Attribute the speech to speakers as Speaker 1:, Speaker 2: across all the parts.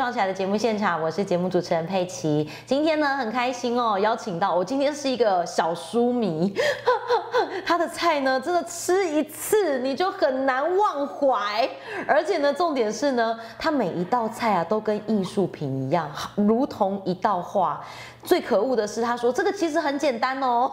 Speaker 1: 早起来的节目现场，我是节目主持人佩奇。今天呢，很开心哦，邀请到我今天是一个小书迷， 他的菜呢，真的吃一次你就很难忘怀。而且呢，重点是呢，他每一道菜啊，都跟艺术品一样，如同一道画。最可恶的是，他说这个其实很简单哦。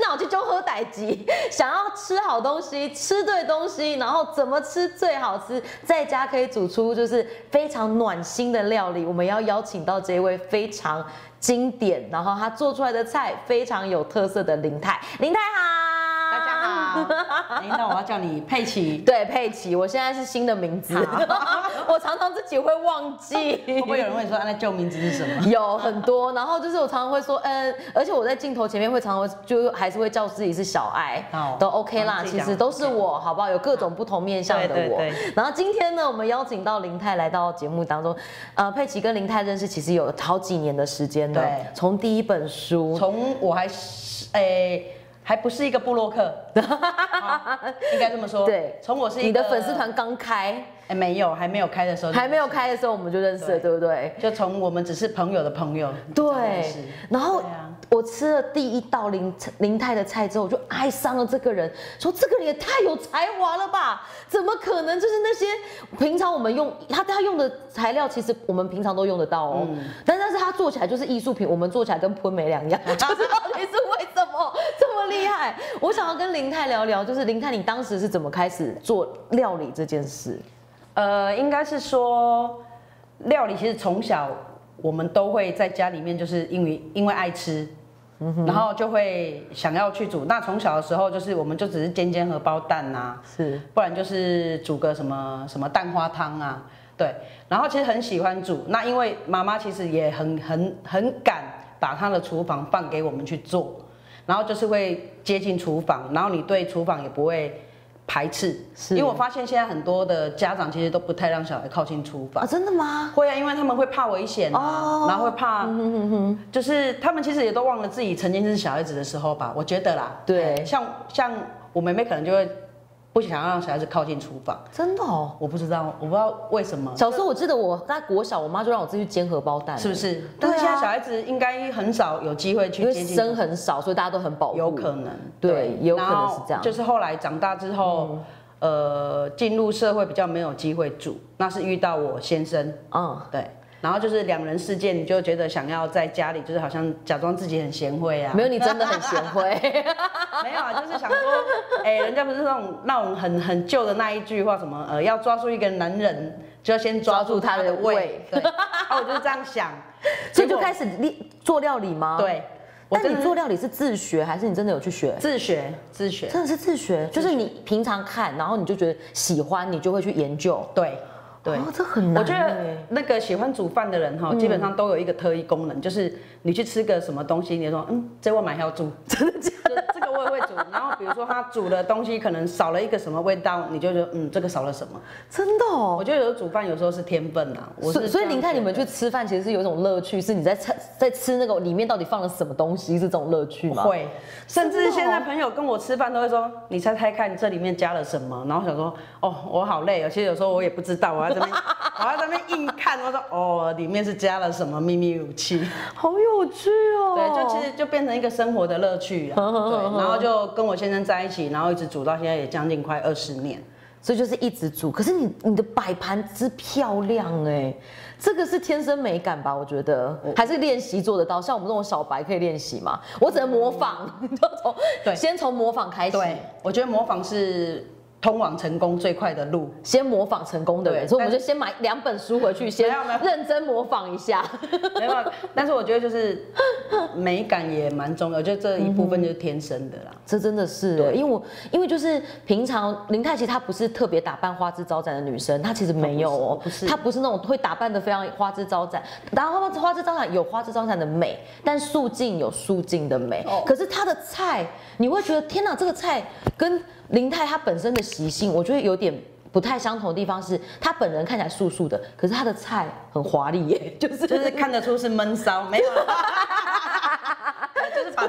Speaker 1: 那我去中和傣集，想要吃好东西，吃对东西，然后怎么吃最好吃，在家可以煮出就是非常暖心的料理。我们要邀请到这位非常经典，然后他做出来的菜非常有特色的林泰，林泰好，
Speaker 2: 大家好，诶哎那我要叫你佩奇，
Speaker 1: 对，佩奇，我现在是新的名字， 我常常自己会忘 记。
Speaker 2: 会不会有人问你说，啊那旧名字是什 么？
Speaker 1: 有很多，然后就是我常常会说，嗯，而且我在镜头前面会常常就还是会叫自己是小爱，
Speaker 2: 哦
Speaker 1: 都 OK 啦
Speaker 2: 哦，自
Speaker 1: 其
Speaker 2: 己讲
Speaker 1: 实都是我，好不好？有各种不同面向的
Speaker 2: 对对
Speaker 1: 我
Speaker 2: 对。
Speaker 1: 然后今天呢，我们邀请到林泰来到节目当中，呃，佩奇跟林泰认识其实有好几年的时间了
Speaker 2: 对，
Speaker 1: 从第一本书，
Speaker 2: 从我还是诶、还不是一个布 洛克，啊应该这么说。
Speaker 1: 对
Speaker 2: 从我是一个
Speaker 1: 你的粉丝团刚开，
Speaker 2: 诶没有还没有开的时候，
Speaker 1: 还没有开的时候我们就认识了，
Speaker 2: 对
Speaker 1: 对不对？
Speaker 2: 就从我们只是朋友的朋友。
Speaker 1: 对
Speaker 2: 是，
Speaker 1: 然后
Speaker 2: 对啊
Speaker 1: 我吃了第一道林林泰的菜之后，我就爱上了这个人，说这个人也太有才华了吧？怎么可能？就是那些平常我们用他他用的材料，其实我们平常都用得到哦，但但是他做起来就是艺术品，我们做起来跟喷没两样，就是到底是为什么这么厉害？我想要跟林泰聊聊，就是林泰，你当时是怎么开始做料理这件事？
Speaker 2: 呃，应该是说料理，其实从小我们都会在家里面，就是因为因为爱吃，
Speaker 1: 嗯
Speaker 2: 然后就会想要去煮。那从小的时候，就是我们就只是煎煎荷包蛋啊，
Speaker 1: 是
Speaker 2: 不然就是煮个什么什么蛋花汤啊，对。然后其实很喜欢煮，那因为妈妈其实也很很很敢把她的厨房放给我们去做，然后就是会接近厨房，然后你对厨房也不会排斥，
Speaker 1: 是
Speaker 2: 因为我发现现在很多的家长其实都不太让小孩靠近厨
Speaker 1: 啊，
Speaker 2: 房。
Speaker 1: 真的吗？
Speaker 2: 会啊，因为他们会怕危险啊
Speaker 1: 哦，
Speaker 2: 然后会怕，
Speaker 1: 嗯
Speaker 2: 就是他们其实也都忘了自己曾经是小孩子的时候吧，我觉得啦。哎
Speaker 1: 对
Speaker 2: 像像我妹妹可能就会不想要让小孩子靠近厨房，
Speaker 1: 真的哦。
Speaker 2: 我不知道，我不知道为什么，
Speaker 1: 小时候我记得我在国小，我妈就让我自己去煎荷包蛋，
Speaker 2: 是不是？
Speaker 1: 对
Speaker 2: 但
Speaker 1: 啊
Speaker 2: 是现在小孩子应该很少有机会去
Speaker 1: 因为
Speaker 2: 接近
Speaker 1: 生很少，所以大家都很保护。
Speaker 2: 有可能，
Speaker 1: 对有可能
Speaker 2: 然后
Speaker 1: 是这样嗯
Speaker 2: 就是后来长大之后，呃，进入社会比较没有机会煮，那是遇到我先生，
Speaker 1: 嗯，
Speaker 2: 对。然后就是两人世界，你就觉得想要在家里，就是好像假装自己很贤惠啊。
Speaker 1: 没有你真的很贤 惠，
Speaker 2: 没有啊，就 是想说，哎、人家不是那种那种很很旧的那一句话，什么呃，要抓住一个男人，就要先抓住他的胃。对，啊，我就是这样想，
Speaker 1: 所以就
Speaker 2: 开
Speaker 1: 开始料做料理吗？。
Speaker 2: 对，我
Speaker 1: 但
Speaker 2: 真
Speaker 1: 你
Speaker 2: 的
Speaker 1: 做料理是自学还是你真的有去学？
Speaker 2: 自学自学，
Speaker 1: 真的是自学，就是你平常看，然后你就觉得喜欢，你就会去研究。
Speaker 2: 对对。
Speaker 1: 哦，这很难。嗯
Speaker 2: 我觉得那个喜欢煮饭的人哈，基本上都有一个特异功能，就是你去吃个什么东西，你就说嗯，这我买要 煮，真的假的？这个我也会煮。然后比如说他煮的东西可能少了一个什么味道，你就觉得嗯，这个少了什么。
Speaker 1: 真的
Speaker 2: 我
Speaker 1: 哦。
Speaker 2: 觉得有煮饭有时候是天分啊，我
Speaker 1: 所以
Speaker 2: 是
Speaker 1: 所以
Speaker 2: 这样
Speaker 1: 林泰，你们
Speaker 2: 觉
Speaker 1: 去
Speaker 2: 得
Speaker 1: 吃饭其实是有一种乐趣，是你在吃在吃那个里面到底放了什么东西，是这种乐趣吗？
Speaker 2: 会，甚
Speaker 1: 真的
Speaker 2: 至
Speaker 1: 哦
Speaker 2: 现在朋友跟我吃饭都会说，你猜猜看这里面加了什么？然后想说，哦，我好累哦，其实有时候我也不知道，我要这边，我要这边硬看，我说哦，里面是加了什么秘密武器？
Speaker 1: 好有趣哦。
Speaker 2: 对，就其实就变成一个生活的乐 趣啊。对，然后就跟我先生在一起，然后一直煮到现在也将近快二十年。
Speaker 1: 所以就是一直煮。可是你你的摆盘之漂亮哎、这个是天生美感吧？我觉得
Speaker 2: 哦
Speaker 1: 还是练习做得到。像我们这种小白可以练习嘛？我只能模仿， 你就从
Speaker 2: 嗯对
Speaker 1: 先从模仿开始，
Speaker 2: 对，我觉得模仿是通往成功最快的路。
Speaker 1: 先模仿成功的人，
Speaker 2: 对
Speaker 1: 所以我们就先买两本书回去，先
Speaker 2: 没有没有
Speaker 1: 认真模仿一下。
Speaker 2: 没有，啊但是我觉得就是美感也蛮重要，我觉得这一部分就是天生的啦。
Speaker 1: 这真的是欸，因为我因为就是平常林泰其实她不是特别打扮花枝招展的女生，她其实没有哦，
Speaker 2: 她不是
Speaker 1: 她不是那种会打扮的非常花枝招展，然后花花枝招展有花枝招展的美，但素净有素净的美。
Speaker 2: 哦
Speaker 1: 可是她的菜，你会觉得天哪，这个菜跟林泰她本身的习性，我觉得有点。不太相同的地方是，她本人看起来素素的，可是她的菜很华丽耶， 就是
Speaker 2: 就是看得出是闷骚，没有啦。 就是把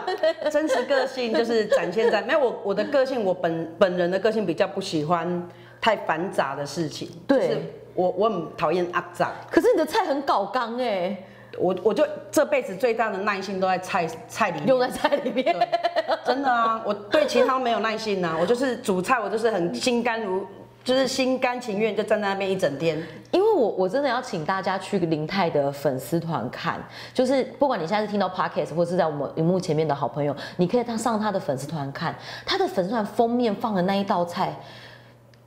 Speaker 2: 真实个性就是展现在没有我我的个性，我本本人的个性比较不喜欢太繁杂的事情。
Speaker 1: 对
Speaker 2: 就是我我很讨厌肮脏，
Speaker 1: 可是你的菜很搞刚哎、
Speaker 2: 我我就这辈子最大的耐心都在菜菜里面。
Speaker 1: 用在菜里面。
Speaker 2: 真的啊，我对其他没有耐心呐、我就是煮菜，我就是很心甘如，就是心甘情愿就站在那边一整天。
Speaker 1: 因为我我真的要请大家去林泰的粉丝团看，就是不管你现在是听到 podcast 或是在我们荧幕前面的好朋友，你可以他上他的粉丝团看，他的粉丝团封面放的那一道菜。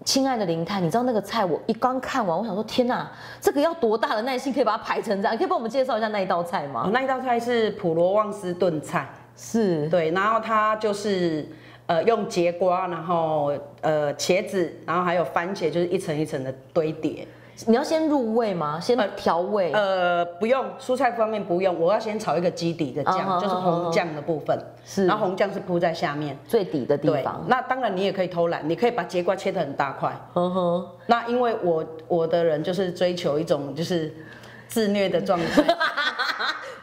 Speaker 1: 亲爱的林泰，你知道那个菜我一刚看完，我想说天哪，这个要多大的耐心可以把它排成这样？可以帮我们介绍一下那一道菜吗？
Speaker 2: 哦，那一道菜是普罗旺斯炖菜，
Speaker 1: 嗯是
Speaker 2: 对，然后它就是呃用节瓜，然后呃茄子，然后还有番茄，就是一层一层的堆叠。
Speaker 1: 你要先入味吗？先调味？
Speaker 2: 呃，不用蔬菜方面不用，我要先炒一个基底的
Speaker 1: 嗯哼
Speaker 2: 酱，就是
Speaker 1: 嗯哼
Speaker 2: 红酱的部分，
Speaker 1: 是
Speaker 2: 然后红酱是铺在下面。
Speaker 1: 最底的地
Speaker 2: 对
Speaker 1: 方，。
Speaker 2: 那当然你也可以偷懒，你可以把节瓜切得很大块，
Speaker 1: 呵呵，
Speaker 2: 那因为我我的人就是追求一种就是自虐的状态，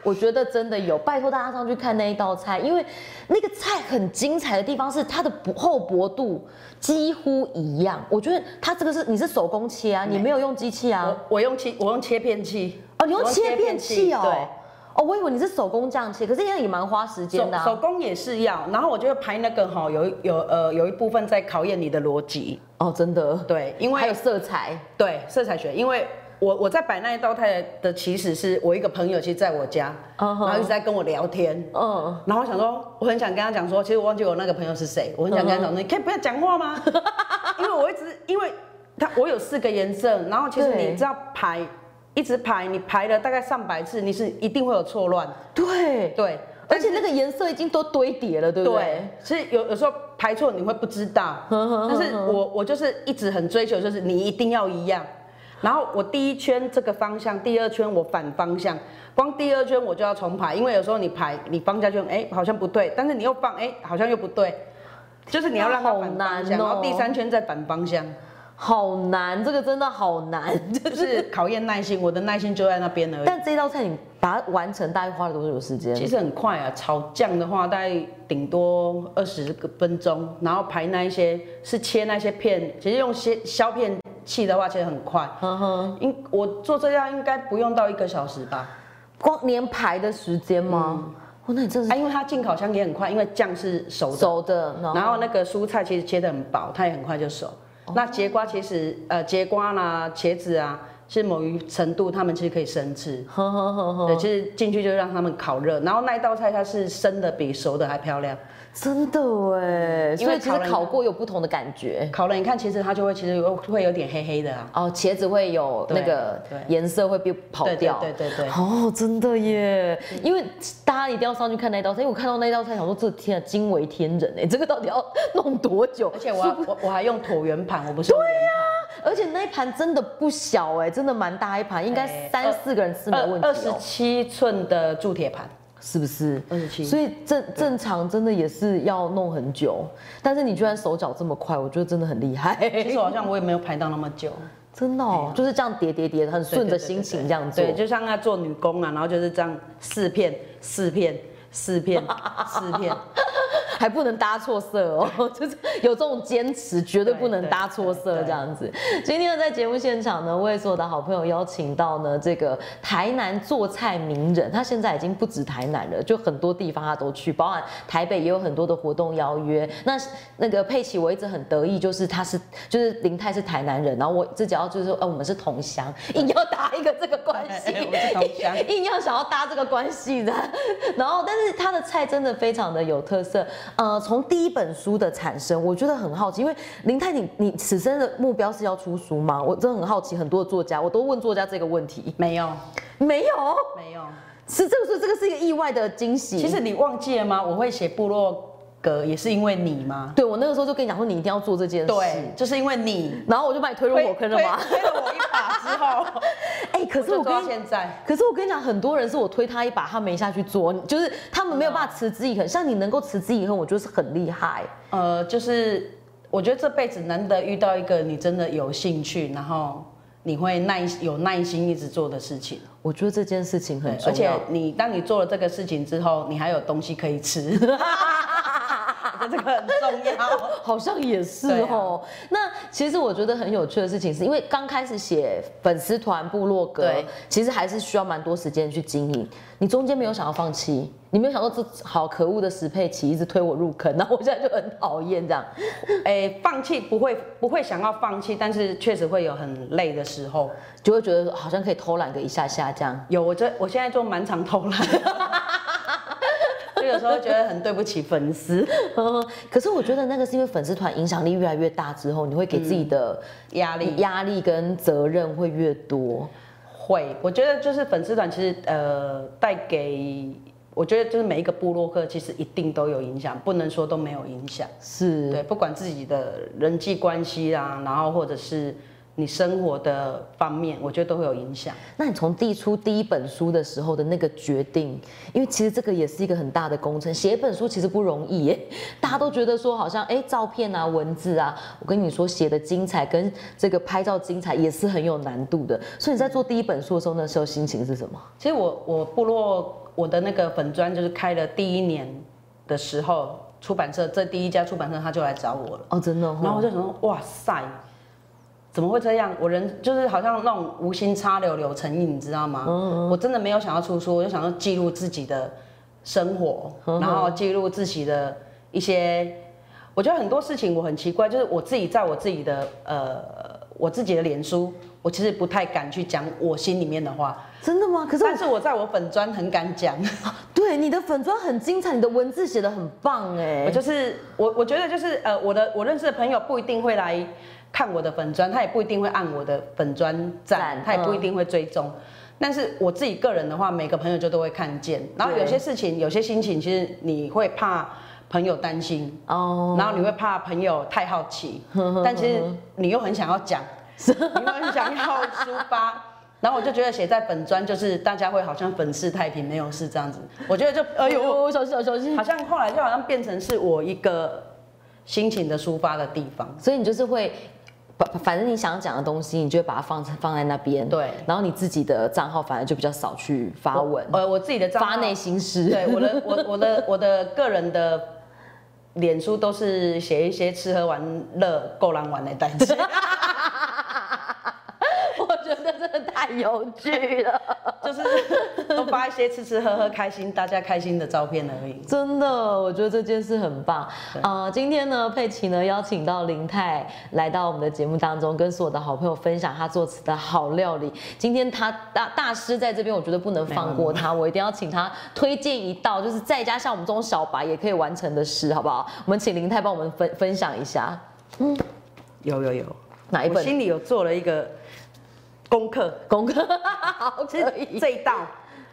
Speaker 1: 我觉得真的有，拜托大家上去看那一道菜，因为那个菜很精彩的地方是它的薄厚薄度几乎一样。我觉得它这个是你是手工切啊，你没有用机器 啊
Speaker 2: 我。我用切我用切片器
Speaker 1: 哦，你用切片器
Speaker 2: 我用
Speaker 1: 哦。哦，我以为你是手工这样切，可是这样也蛮花时
Speaker 2: 对，
Speaker 1: 间
Speaker 2: 手
Speaker 1: 的、
Speaker 2: 手
Speaker 1: 啊。
Speaker 2: 工也是要，然后我就排那个哈、有一有呃有一部分在考验你的逻辑，
Speaker 1: 哦，真的。
Speaker 2: 对，因
Speaker 1: 还有
Speaker 2: 为
Speaker 1: 色彩，
Speaker 2: 对色彩学，因为我我在摆那一道菜的其实是我一个朋友，其实在我家
Speaker 1: 嗯哼
Speaker 2: 然后一直在跟我聊天，
Speaker 1: 嗯，
Speaker 2: 然后我想说，我很想跟他讲说，其实我忘记我那个朋友是谁，我很想
Speaker 1: 嗯
Speaker 2: 跟他讲说，你可以不要讲 话吗？因为我一直因为他我有四个颜色，然后其实
Speaker 1: 对
Speaker 2: 你知道排一直排，你排了大概上百次，你是一定会有错乱，
Speaker 1: 对，
Speaker 2: 对，
Speaker 1: 而且那个颜色已经都堆叠了，对不对
Speaker 2: 对？，所以有有时候排错你会不知道，但是我我就是一直很追求，就是你一定要一样。然后我第一圈这个方向，第二圈我反方向，光第二圈我就要重排，因为有时候你排你方向就哎好像不对，但是你又放哎好像又不对，就是你要让它
Speaker 1: 天
Speaker 2: 反方向，
Speaker 1: 哪好难哦
Speaker 2: 然后第三圈再反方向，
Speaker 1: 好难，这个真的好难。
Speaker 2: 就是考验耐心，我的耐心就在那边而已。
Speaker 1: 但这道菜你把它完成，大概花了多久时间？
Speaker 2: 其实很快啊，炒酱的话大概顶多二十个分钟，然后排那一些是切那些片，其实用切削片器的话其实很快。
Speaker 1: 呵呵，
Speaker 2: 应我做这样应该不用到一个小时吧？
Speaker 1: 光连排的时间吗？哦，那你真的
Speaker 2: 啊，因为它进烤箱也很快，因为酱是熟
Speaker 1: 是
Speaker 2: 的，
Speaker 1: 熟的，然后
Speaker 2: 然后那个蔬菜其实切得很薄，它也很快就熟。那节瓜其实呃节瓜啦、茄子啊，是某一程度它们其实可以生吃。
Speaker 1: 呵呵呵呵，
Speaker 2: 对，其实进去就让它们烤热，然后那一道菜它是生的比熟的还漂亮。
Speaker 1: 真的哎，
Speaker 2: 因
Speaker 1: 所
Speaker 2: 为
Speaker 1: 以其实
Speaker 2: 烤了
Speaker 1: 烤过有不同的感觉。
Speaker 2: 烤了，你看，其实它就会其实有会有点黑黑的啊。
Speaker 1: 哦，茄子会有
Speaker 2: 对
Speaker 1: 那个
Speaker 2: 对
Speaker 1: 颜色会被跑
Speaker 2: 对对
Speaker 1: 掉，
Speaker 2: 对对对 嗯
Speaker 1: 哦，真的耶！因为大家一定要上去看那道菜，因为我看到那道菜，想说这天啊，惊为天人哎，这个到底要弄多久？
Speaker 2: 而且我我我还用椭圆盘，我不是用圆
Speaker 1: 而且那一盘真的不小哎，真的蛮大一盘，应该
Speaker 2: 哎
Speaker 1: 三
Speaker 2: 二
Speaker 1: 四个人吃没
Speaker 2: 盘
Speaker 1: 问题
Speaker 2: 二十
Speaker 1: 哦，
Speaker 2: 七寸的铸铁盘，
Speaker 1: 是不是？
Speaker 2: 二十七。
Speaker 1: 所以正正常真的也是要弄很久，但是你居然手脚这么快，我觉得真的很厉
Speaker 2: 其
Speaker 1: 害，
Speaker 2: 实我好像我也没有排到那么久，
Speaker 1: 真的、哦，就是这样叠叠叠，很顺着
Speaker 2: 对对对
Speaker 1: 心情这样做。
Speaker 2: 对，就像他做女工啊，然后就是这样四片四片 四片四片，
Speaker 1: 还不能搭错色哦， 就是有这种坚持，绝对不能搭错色这样子。今天在节目现场呢，为所有的好朋友邀请到呢这个台南做菜名人，他现在已经不止台南了，就很多地方他都去，包含台北也有很多的活动邀约。那那个佩奇，我一直很得意，就是他是就是林泰是台南人，然后我自己要就是说，呃，我们是同乡，硬要搭一个这个关系，
Speaker 2: 哎对我们是同 乡
Speaker 1: 硬要想要搭这个关系的。 然后，但是他的菜真的非常的有特色。呃，从第一本书的产生，我觉得很好奇，因为林泰你，你此生的目标是要出书吗？我真的很好奇，很多的作家我都问作家这个问题，
Speaker 2: 没有
Speaker 1: 没有，
Speaker 2: 没有。
Speaker 1: 是这个是这个是一个意外的惊喜。
Speaker 2: 其实你忘记了吗？我会写部落格也是因为你吗？
Speaker 1: 对我那个时候就跟你讲说，你一定要做这件事。
Speaker 2: 对，就是因为你
Speaker 1: 然后我就把你推入火坑了吗？
Speaker 2: 推推推了我一把之后，
Speaker 1: 哎、 可
Speaker 2: 我
Speaker 1: 是我
Speaker 2: 就做
Speaker 1: 跟
Speaker 2: 到
Speaker 1: 你
Speaker 2: 现在。
Speaker 1: 可是我跟你讲，很多人是我推他一把，他没下去做，就是他们没有办法持之以恒。像你能够持之以恒，我觉得是很厉害。
Speaker 2: 呃，就是我觉得这辈子难得遇到一个你真的有兴趣，然后你会耐有耐心一直做的事情。
Speaker 1: 我觉得这件事情很
Speaker 2: 对，
Speaker 1: 重
Speaker 2: 而且
Speaker 1: 要。
Speaker 2: 你当你做了这个事情之后，你还有东西可以吃。 这个很重要。
Speaker 1: 好像也是
Speaker 2: 对啊
Speaker 1: 哦。那其实我觉得很有趣的事情，是因为刚开始写粉丝团、部落格
Speaker 2: 对，
Speaker 1: 其实还是需要蛮多时间去经营。你中间没有想要放弃，你没有想到这好可恶的史佩奇一直推我入坑，然后我现在就很讨厌这样。
Speaker 2: 哎、放弃不会不会想要放弃，但是确实会有很累的时候。
Speaker 1: 就会觉得好像可以偷懒个一下下这 样。
Speaker 2: 有我这我现在做满场偷懒， 就有时候觉得很对不起粉丝，
Speaker 1: 可是我觉得那个是因为粉丝团影响力越来越大之后，你会给自己的
Speaker 2: 压力
Speaker 1: 嗯压力跟责任会越多。
Speaker 2: 会，我觉得就是粉丝团其实呃带给，我觉得就是每一个部落客其实一定都有影响，不能说都没有影响。
Speaker 1: 是，
Speaker 2: 对，不管自己的人际关系啊，然后或者是你生活的方面，我觉得都会有影响。
Speaker 1: 那你从递出第一本书的时候的那个决定，因为其实这个也是一个很大的工程，写一本书其实不容易耶。 大家都觉得说好像哎、照片啊、文字啊，我跟你说写的精彩跟这个拍照精彩也是很有难度的。所以你在做第一本书的时候，那时候心情是什么？
Speaker 2: 其实我我部落我的那个粉砖就是开了第一年的时候，出版社这第一家出版社他就来找我了，
Speaker 1: 哦，真的、
Speaker 2: 然后我
Speaker 1: 哦，
Speaker 2: 就想说，哇塞，怎么会这样？我人就是好像那种无心插柳柳成荫，你知道
Speaker 1: 嗯
Speaker 2: 吗？我真的没有想要出书，我就想要记录自己的生活，
Speaker 1: 嗯
Speaker 2: 然后记录自己的一些。我觉得很多事情我很奇怪，就是我自己在我自己的呃我自己的脸书，我其实不太敢去讲我心里面的话，
Speaker 1: 真的吗？可是我
Speaker 2: 但是我在我粉砖很 敢讲。
Speaker 1: 对你的粉妆很精彩，你的文字写的很棒哎。
Speaker 2: 我就是我，我觉得就是呃，我的我认识的朋友不一定会来看我的粉砖，他也不一定会按我的粉砖赞
Speaker 1: 赞，
Speaker 2: 他也不一定会追踪。但是我自己个人的话，每个朋友就都会看见。然后有些事情，有些心情，其实你会怕朋友担心，
Speaker 1: 哦，
Speaker 2: 然后你会怕朋友太好奇，但其实你又很想要讲，你又很想要抒发。然后我就觉得写在粉砖就是大家会好像粉饰太平，没有事这样子。我觉得就哎
Speaker 1: 哎
Speaker 2: 呦，
Speaker 1: 呦，小心小心
Speaker 2: 好。像后来就好像变成是我一个心情的抒发的地方。
Speaker 1: 所以你就是会。把反正你想讲的东西，你就会把它放放在那边。
Speaker 2: 对
Speaker 1: 然后你自己的账号反而就比较少去发文，
Speaker 2: 呃，我自己的账号
Speaker 1: 发内心事。
Speaker 2: 对我的我我的我的个人的脸书都是写一些吃喝玩乐、够狼玩的代 志。
Speaker 1: 我觉得真的太有趣了，
Speaker 2: 就是都发一些吃吃喝喝、开心、大家开心的照片而已。
Speaker 1: 真的，我觉得这件事很棒。呃，今天呢，佩奇呢邀请到林泰来到我们的节目当中，跟所有的好朋友分享他做词的好料理。今天他大大师在这边，我觉得不能放过他，我一定要请他推荐一道，就是在家像我们这种小白也可以完成的事，好不好？我们请林泰帮我们分分享一下
Speaker 2: 有有有，
Speaker 1: 哪一
Speaker 2: 我
Speaker 1: 本
Speaker 2: 心里有做了一个功课，
Speaker 1: 功课， 好
Speaker 2: 这
Speaker 1: 可以。
Speaker 2: 这一道。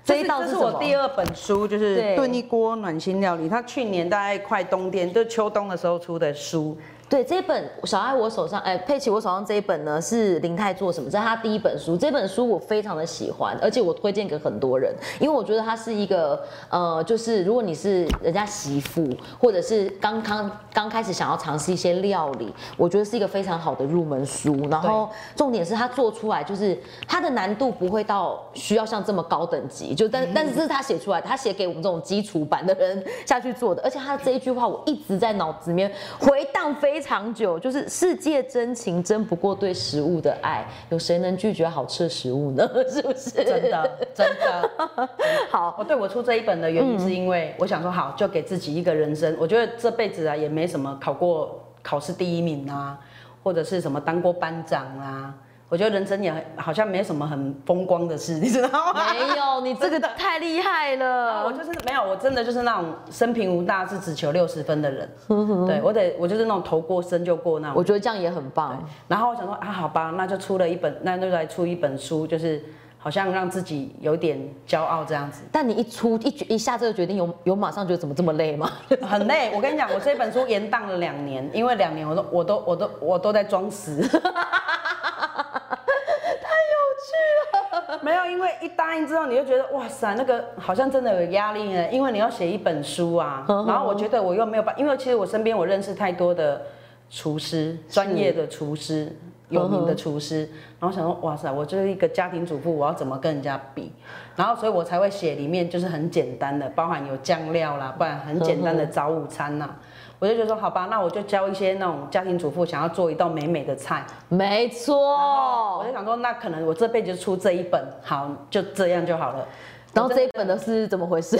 Speaker 1: 这一道
Speaker 2: 这
Speaker 1: 是
Speaker 2: 是
Speaker 1: 什么
Speaker 2: 我第二本书，就是
Speaker 1: 对
Speaker 2: 《炖一锅暖心料理》，它去年大概快冬天，就秋冬的时候出的书。
Speaker 1: 对，这本小爱我手上，哎、佩奇我手上这一本呢是林泰做什么？这是他第一本书，这本书我非常的喜欢，而且我推荐给很多人，因为我觉得它是一个，呃，就是如果你是人家媳妇，或者是刚刚刚开始想要尝试一些料理，我觉得是一个非常好的入门书。然后重点是它做出来就是它的难度不会到需要像这么高等级，就但但是这是他写出来的，他写给我们这种基础版的人下去做的，而且他这一句话我一直在脑子里面回荡非常久，就是世界真情真不过对食物的爱，有谁能拒绝好吃的食物呢？是不是？
Speaker 2: 真的，真的。嗯
Speaker 1: 好，
Speaker 2: 我哦对我出这一本的原因是因为我想说，好，就给自己一个人生。我觉得这辈子啊，也没什么考过考试第一名啊，或者是什么当过班长啊。我觉得人生也很好像没什么很风光的事，你知道吗？
Speaker 1: 没有你这个太厉害
Speaker 2: 我
Speaker 1: 了，
Speaker 2: 就是没有，我真的就是那种生平无大志，只求六十分的人。对我得，我就是那种头过身就过那种。
Speaker 1: 我觉得这样也很棒。
Speaker 2: 然后我想说啊，好吧，那就出了一本，那就来出一本书，就是好像让自己有点骄傲这样子。
Speaker 1: 但你一出一决一下这个决定，有有马上觉得怎么这么累吗？
Speaker 2: 很累，我跟你讲，我这本书延宕了两年，因为两年我都我都我都我都在装死，太有趣了。没有，因为一答应之后，你就觉得哇塞，那个好像真的有压力呢，因为你要写一本书啊。然后我觉得我又没有办，因为其实我身边我认识太多的厨师，专业的厨师。有名的厨师，然后想说，哇塞，我就是一个家庭主妇，我要怎么跟人家比？然后所以我才会写里面就是很简单的，包含有酱料啦，不然很简单的早午餐呐、我就觉得说好吧，那我就教一些那种家庭主妇想要做一道美美的菜。
Speaker 1: 没
Speaker 2: 哦，我
Speaker 1: 错
Speaker 2: 就。想说，那可能我这辈子就出这一本，好，就这样就好了。
Speaker 1: 然后这一本的是怎么回事？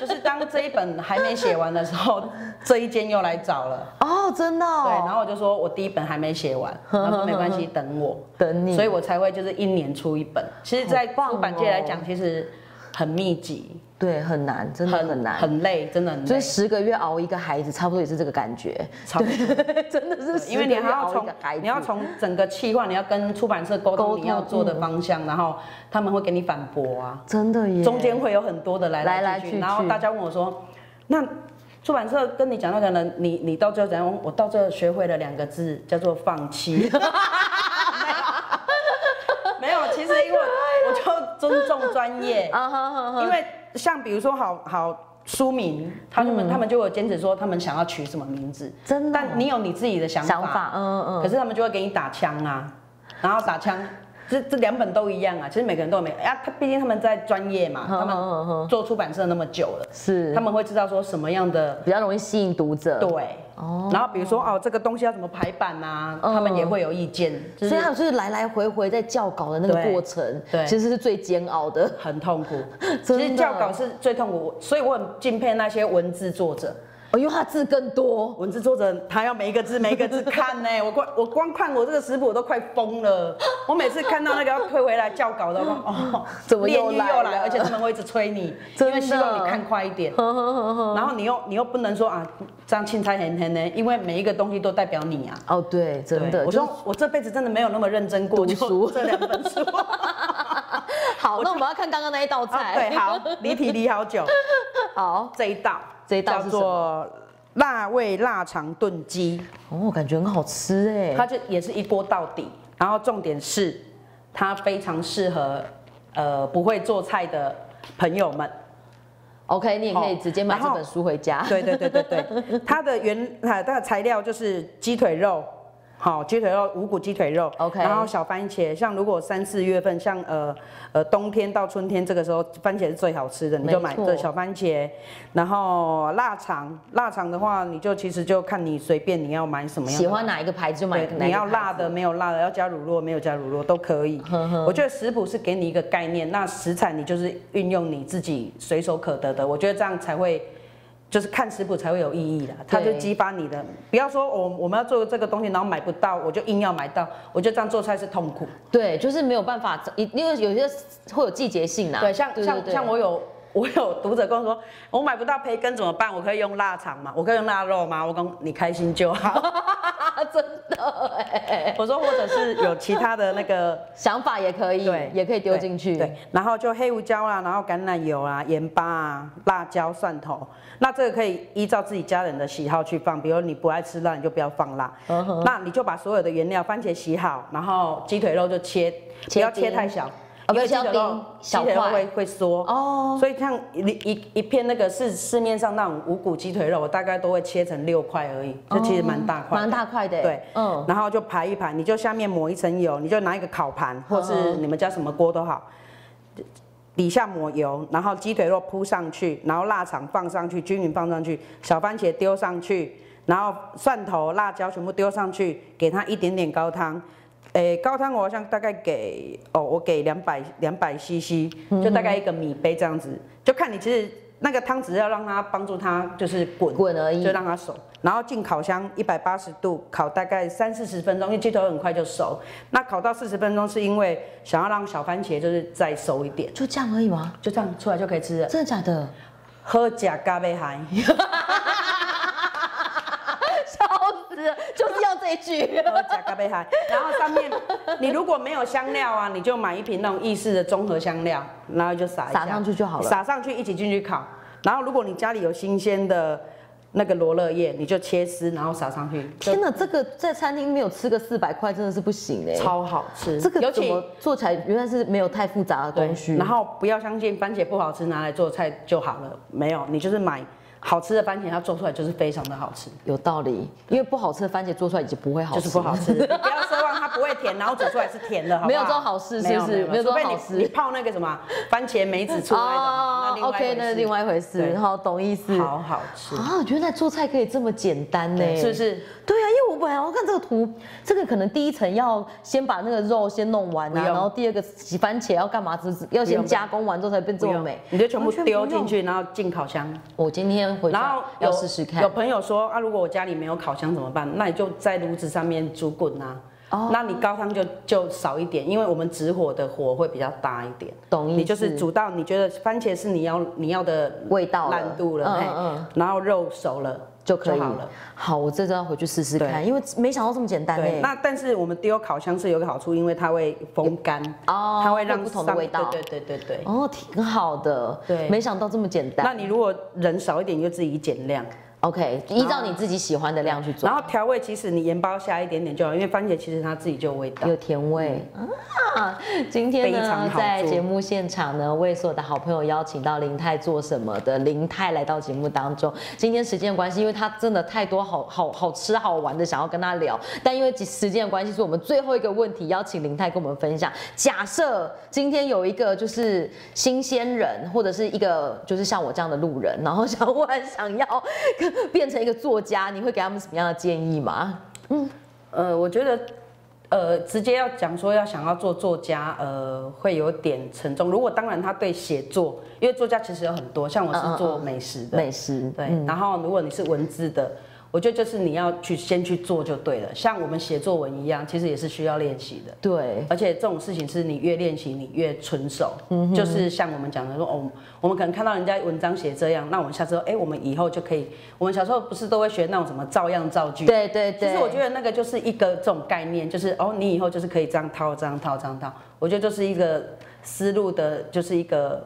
Speaker 2: 就是当这一本还没写完的时候，这一间又来找了。
Speaker 1: 哦，真的、哦。
Speaker 2: 对，然后我就说我第一本还没 写完，他说没关系，等我，
Speaker 1: 等你。
Speaker 2: 所以我才会就是一年出一本。其实，在
Speaker 1: 好棒哦
Speaker 2: 出版界来讲，其实很密集，
Speaker 1: 对，很难，真的
Speaker 2: 很
Speaker 1: 很难。
Speaker 2: 很累，真的很
Speaker 1: 所以
Speaker 2: 累。
Speaker 1: 十个月熬一个孩子，差不多也是这个感觉，
Speaker 2: 超
Speaker 1: 真的 是十
Speaker 2: 因
Speaker 1: 个
Speaker 2: 为你
Speaker 1: 月
Speaker 2: 还要
Speaker 1: 熬一
Speaker 2: 从
Speaker 1: 个孩子。
Speaker 2: 你要从整个企划，你要跟出版社沟
Speaker 1: 沟
Speaker 2: 通
Speaker 1: 通嗯
Speaker 2: 你要做的方向，然后他们会给你反驳啊，
Speaker 1: 真的耶，
Speaker 2: 中间会有很多的来
Speaker 1: 来来
Speaker 2: 去
Speaker 1: 去去
Speaker 2: 然后大家问我说，那出版社跟你讲那个人，你你到最后怎样？我到最后学会了两个字，叫做放 弃。 没有，没有，其实因为我就尊重专业，
Speaker 1: 啊哈哈哈，
Speaker 2: 因为像比如说好好。书名，他们、他们就有坚持说他们想要取什么名字，
Speaker 1: 嗯真的哦
Speaker 2: 但你有你自己的想法，
Speaker 1: 想法，嗯嗯
Speaker 2: 可是他们就会给你打枪啊，然后打枪，这这两本都一样啊。其实每个人都有每啊，他毕竟他们在专业嘛，
Speaker 1: 嗯
Speaker 2: 他
Speaker 1: 嗯
Speaker 2: 们做出版社那么久了，
Speaker 1: 是
Speaker 2: 他们会知道说什么样的
Speaker 1: 比较容易吸引读者。
Speaker 2: 对。然后比如说哦，这个东西要怎么排版啊，
Speaker 1: 嗯
Speaker 2: 他们也会有意见，
Speaker 1: 所
Speaker 2: 就是
Speaker 1: 以他就是来来回回在校稿的那个
Speaker 2: 对
Speaker 1: 过程，
Speaker 2: 对
Speaker 1: 其实是最煎熬的。
Speaker 2: 很痛苦。
Speaker 1: 真
Speaker 2: 其
Speaker 1: 的
Speaker 2: 实教稿是最痛苦，所以我很敬佩那些文字作者。
Speaker 1: 哦，因为他字更多，
Speaker 2: 文字作者他要每一个字每一个字看呢、 我光我光看我这个食谱我都快 疯了。我每次看到那个要退回来校稿的，我哦，
Speaker 1: 怎么又
Speaker 2: 炼狱
Speaker 1: 来
Speaker 2: 又
Speaker 1: 了
Speaker 2: 来？而且他们会一直催你，
Speaker 1: 真
Speaker 2: 因
Speaker 1: 的
Speaker 2: 为希望你看快一点。然后你又你又不能说啊，这样钦差很很呢，因为每一个东西都代表你啊。
Speaker 1: 哦，对，真
Speaker 2: 对
Speaker 1: 的，
Speaker 2: 我
Speaker 1: 就
Speaker 2: 说我这辈子真的没有那么认真过，
Speaker 1: 读
Speaker 2: 就
Speaker 1: 书
Speaker 2: 这两本书。
Speaker 1: 好。那我们要看刚刚那一道
Speaker 2: 啊
Speaker 1: 菜，
Speaker 2: 对，好，离题离好久。
Speaker 1: 好，
Speaker 2: 这一道，
Speaker 1: 这一道
Speaker 2: 叫
Speaker 1: 是什
Speaker 2: 做辣味腊肠炖鸡。
Speaker 1: 哦，感觉很好吃哎，
Speaker 2: 它就也是一锅到底。然后重点是，它非常适合呃不会做菜的朋友们。
Speaker 1: OK，你也可以直接买
Speaker 2: 然后
Speaker 1: 这本书回家。
Speaker 2: 对对对对对，它的原啊它的材料就是鸡腿肉。好，鸡腿肉，五谷鸡腿肉
Speaker 1: OK
Speaker 2: 然后小番茄，像如果三四月份，像呃呃冬天到春天这个时候，番茄是最好吃的，你就
Speaker 1: 没
Speaker 2: 买
Speaker 1: 错
Speaker 2: 这小番茄。然后腊肠，腊肠的话，你就其实就看你随便你要买什么样的
Speaker 1: 喜欢哪一个牌子就买
Speaker 2: 对，
Speaker 1: 哪一个。
Speaker 2: 你要辣的，没有辣的，要加乳酪没有加乳酪都可以。我觉得食谱是给你一个概念，那食材你就是运用你自己随手可得的，我觉得这样才会。就是看食谱才会有意义啦，它就
Speaker 1: 对
Speaker 2: 激发你的。不要说哦我我们要做这个东西，然后买不到，我就硬要买到，我觉得这样做菜是痛苦。
Speaker 1: 对，就是没有办法，因因为有些会有季节性啦。
Speaker 2: 啊对，像像
Speaker 1: 对
Speaker 2: 像我有 我有读者跟我说，我买不到培根怎么办？我可以用腊肠吗？我可以用腊肉吗？我讲你开心就好。
Speaker 1: 真的哎，
Speaker 2: 我说或者是有其他的那个
Speaker 1: 想法也可以，
Speaker 2: 对，
Speaker 1: 也可以丢进去。
Speaker 2: 对，对，然后就黑胡椒啦，然后橄榄油啊、盐巴啊、辣椒、蒜头。那这个可以依照自己家人的喜好去放，比如你不爱吃辣，你就不要放辣。
Speaker 1: 嗯
Speaker 2: 那你就把所有的原料，番茄洗好，然后鸡腿肉就切，
Speaker 1: 切
Speaker 2: 不要切
Speaker 1: 丁
Speaker 2: 太小。
Speaker 1: 哦
Speaker 2: 因为
Speaker 1: 不
Speaker 2: 鸡
Speaker 1: 要
Speaker 2: 腿
Speaker 1: 切
Speaker 2: 肉
Speaker 1: 丁，
Speaker 2: 鸡
Speaker 1: 小
Speaker 2: 腿肉
Speaker 1: 块
Speaker 2: 会会缩
Speaker 1: 哦
Speaker 2: 所以像一一一片那个市市面上那种五谷鸡腿肉，我大概都会切成六块而已，就其实蛮大块的，
Speaker 1: 哦蛮大块的。
Speaker 2: 对，
Speaker 1: 嗯，
Speaker 2: 然后就排一排，你就下面抹一层油，你就拿一个烤盘，或是
Speaker 1: 嗯
Speaker 2: 你们家什么锅都好，底下抹油，然后鸡腿肉铺上去，然后腊肠放上去，均匀放上去，小番茄丢上去，然后蒜头、辣椒全部丢上去，给它一点点高汤。诶，高汤我好像大概给哦，我给两百两百 CC，就
Speaker 1: 嗯
Speaker 2: 大概一个米杯这样子，就看你其实那个汤只是要让它帮助它就是滚
Speaker 1: 滚而已
Speaker 2: 就让它熟，然后进烤箱一百八十度烤大概三四十分钟，因为鸡腿很快就熟。那烤到四十分钟是因为想要让小番茄就是再熟一点，
Speaker 1: 就这样而已吗？
Speaker 2: 就这样出来就可以吃了。
Speaker 1: 真的假 的？
Speaker 2: 喝假咖啡海，
Speaker 1: 笑死了，就是要这一句。
Speaker 2: 喝假咖啡海。然后上面你如果没有香料啊，你就买一瓶那种意式的综合香料，然后就撒一下
Speaker 1: 撒上去就好了
Speaker 2: 撒上去一起进去烤。然后如果你家里有新鲜的那个罗勒叶，你就切丝然后撒上去，就
Speaker 1: 天哪，这个在餐厅没有吃个四百块真的是不行哎。
Speaker 2: 超好吃。
Speaker 1: 这个
Speaker 2: 尤
Speaker 1: 怎
Speaker 2: 其
Speaker 1: 么做起来？原来是没有太复杂的
Speaker 2: 对
Speaker 1: 工序。
Speaker 2: 然后不要相信番茄不好吃拿来做菜就好了，没有，你就是买好吃的番茄，它做出来就是非常的好吃，
Speaker 1: 有道理，因为不好吃的番茄做出来已经不会好吃，
Speaker 2: 就是不好吃。你不要奢望望它不会甜，然后煮出来是甜的，好不好
Speaker 1: 没有这种好事
Speaker 2: 没有
Speaker 1: 是不是
Speaker 2: 没有，
Speaker 1: 没有这种
Speaker 2: 除非你
Speaker 1: 好事
Speaker 2: 你泡那个什么番茄梅子醋那一种，那另外一回
Speaker 1: 哦 OK，那是
Speaker 2: 事
Speaker 1: 另外一回事，
Speaker 2: 对
Speaker 1: 好，懂意思。
Speaker 2: 好好吃，
Speaker 1: 啊，原来做菜可以这么简单呢，
Speaker 2: 是不？是？
Speaker 1: 对啊，因为我本来要看这个图，这个可能第一层要先把那个肉先弄完
Speaker 2: 不
Speaker 1: 啊，
Speaker 2: 用
Speaker 1: 然后第二个洗番茄要干嘛，只要
Speaker 2: 不用
Speaker 1: 先
Speaker 2: 不
Speaker 1: 加工完之后才变这么美。
Speaker 2: 你就全部
Speaker 1: 完全不
Speaker 2: 丢
Speaker 1: 用
Speaker 2: 进去，然后进烤箱。
Speaker 1: 我今天回
Speaker 2: 然后
Speaker 1: 家
Speaker 2: 有
Speaker 1: 要试试看
Speaker 2: 有。朋友说啊，如果我家里没有烤箱怎么办？那你就在炉子上面煮滚啊。
Speaker 1: 哦
Speaker 2: 那你高汤就就少一点，因为我们直火的火会比较大一点。
Speaker 1: 懂意思
Speaker 2: 你就是煮到你觉得番茄是你要你要的
Speaker 1: 味道了
Speaker 2: 烂度了，
Speaker 1: 嗯
Speaker 2: 嘿
Speaker 1: 嗯嗯
Speaker 2: 然后肉熟了
Speaker 1: 就可以
Speaker 2: 好了。。
Speaker 1: 好，我这周要回去试试看，因为没想到这么简单
Speaker 2: 对，
Speaker 1: 哎。
Speaker 2: 那但是我们丢烤箱是有个好处，因为它会风干，
Speaker 1: 哦
Speaker 2: 它会让
Speaker 1: 会有不同的
Speaker 2: 上
Speaker 1: 味道
Speaker 2: 对对对对对。
Speaker 1: 哦，挺好的。
Speaker 2: 对
Speaker 1: 没想到这么简
Speaker 2: 那
Speaker 1: 单。
Speaker 2: 你如果人少一点，你就自己减量。
Speaker 1: OK，依照你自己喜欢的量去做
Speaker 2: 然。后调味其实你盐巴下一点点就好，因为番茄其实它自己就有味道
Speaker 1: 有。甜味、啊！今天
Speaker 2: 非常
Speaker 1: 呢，
Speaker 2: 好
Speaker 1: 在
Speaker 2: 做
Speaker 1: 节目现场呢，为所有的好朋友邀请到林泰做什么的林泰来到节目当中。今天时间关系，因为他真的太多好好好吃好玩的想要跟他聊，但因为时间的关系，所以我们最后一个问题邀请林泰跟我们分享。假设今天有一个就是新鲜人，或者是一个就是像我这样的路人，然后想 忽然想要变成一个作家，你会给他们什么样的建议吗？
Speaker 2: 呃，我觉得，呃，直接要讲说要想要做作家，呃，会有点沉重。如果当然他对写作，因为作家其实有很多，像我
Speaker 1: 嗯嗯
Speaker 2: 是
Speaker 1: 嗯
Speaker 2: 做美食的，
Speaker 1: 美嗯食，
Speaker 2: 对，然后如果你是文字的，我觉得就是你要去先去做就对了。像我们写作文一样，其实也是需要练习的。
Speaker 1: 对，
Speaker 2: 而且这种事情是你越练习，你越纯熟。
Speaker 1: 嗯
Speaker 2: 就是像我们讲的说，哦，我们可能看到人家文章写这样，那我们下次说，哎、我们以后就可以。我们小时候不是都会学那种什么照样造句？
Speaker 1: 对对对。
Speaker 2: 嗯其实我觉得那个就是一个这种概念，就是哦，你以后就是可以这样套、这样套、这样套。我觉得就是一个思路的，就是一个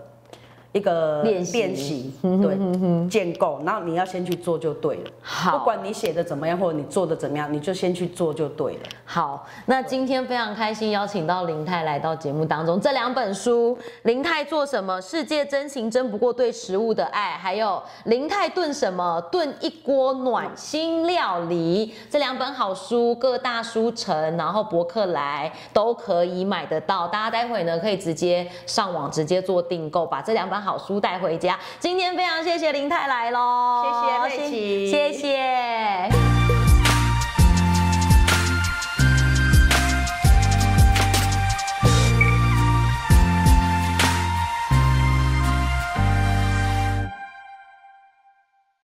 Speaker 2: 一个
Speaker 1: 练习嗯
Speaker 2: 练习，对，建构。然后你要先去做就对了，
Speaker 1: 好
Speaker 2: 不管你写的怎么样，或者你做的怎么样，你就先去做就对了。
Speaker 1: 好，那今天非常开心邀请到林泰来到节目当中，这两本书《林泰做什么》《世界真情争不过对食物的爱》，还有《林泰炖什么》《炖一锅暖心料理》这两本好书，各大书城然后博客来都可以买得到。大家待会呢可以直接上网直接做订购，把这两本好书带回家。今天非常谢谢林泰来喽，
Speaker 2: 谢谢佩奇
Speaker 1: 谢谢。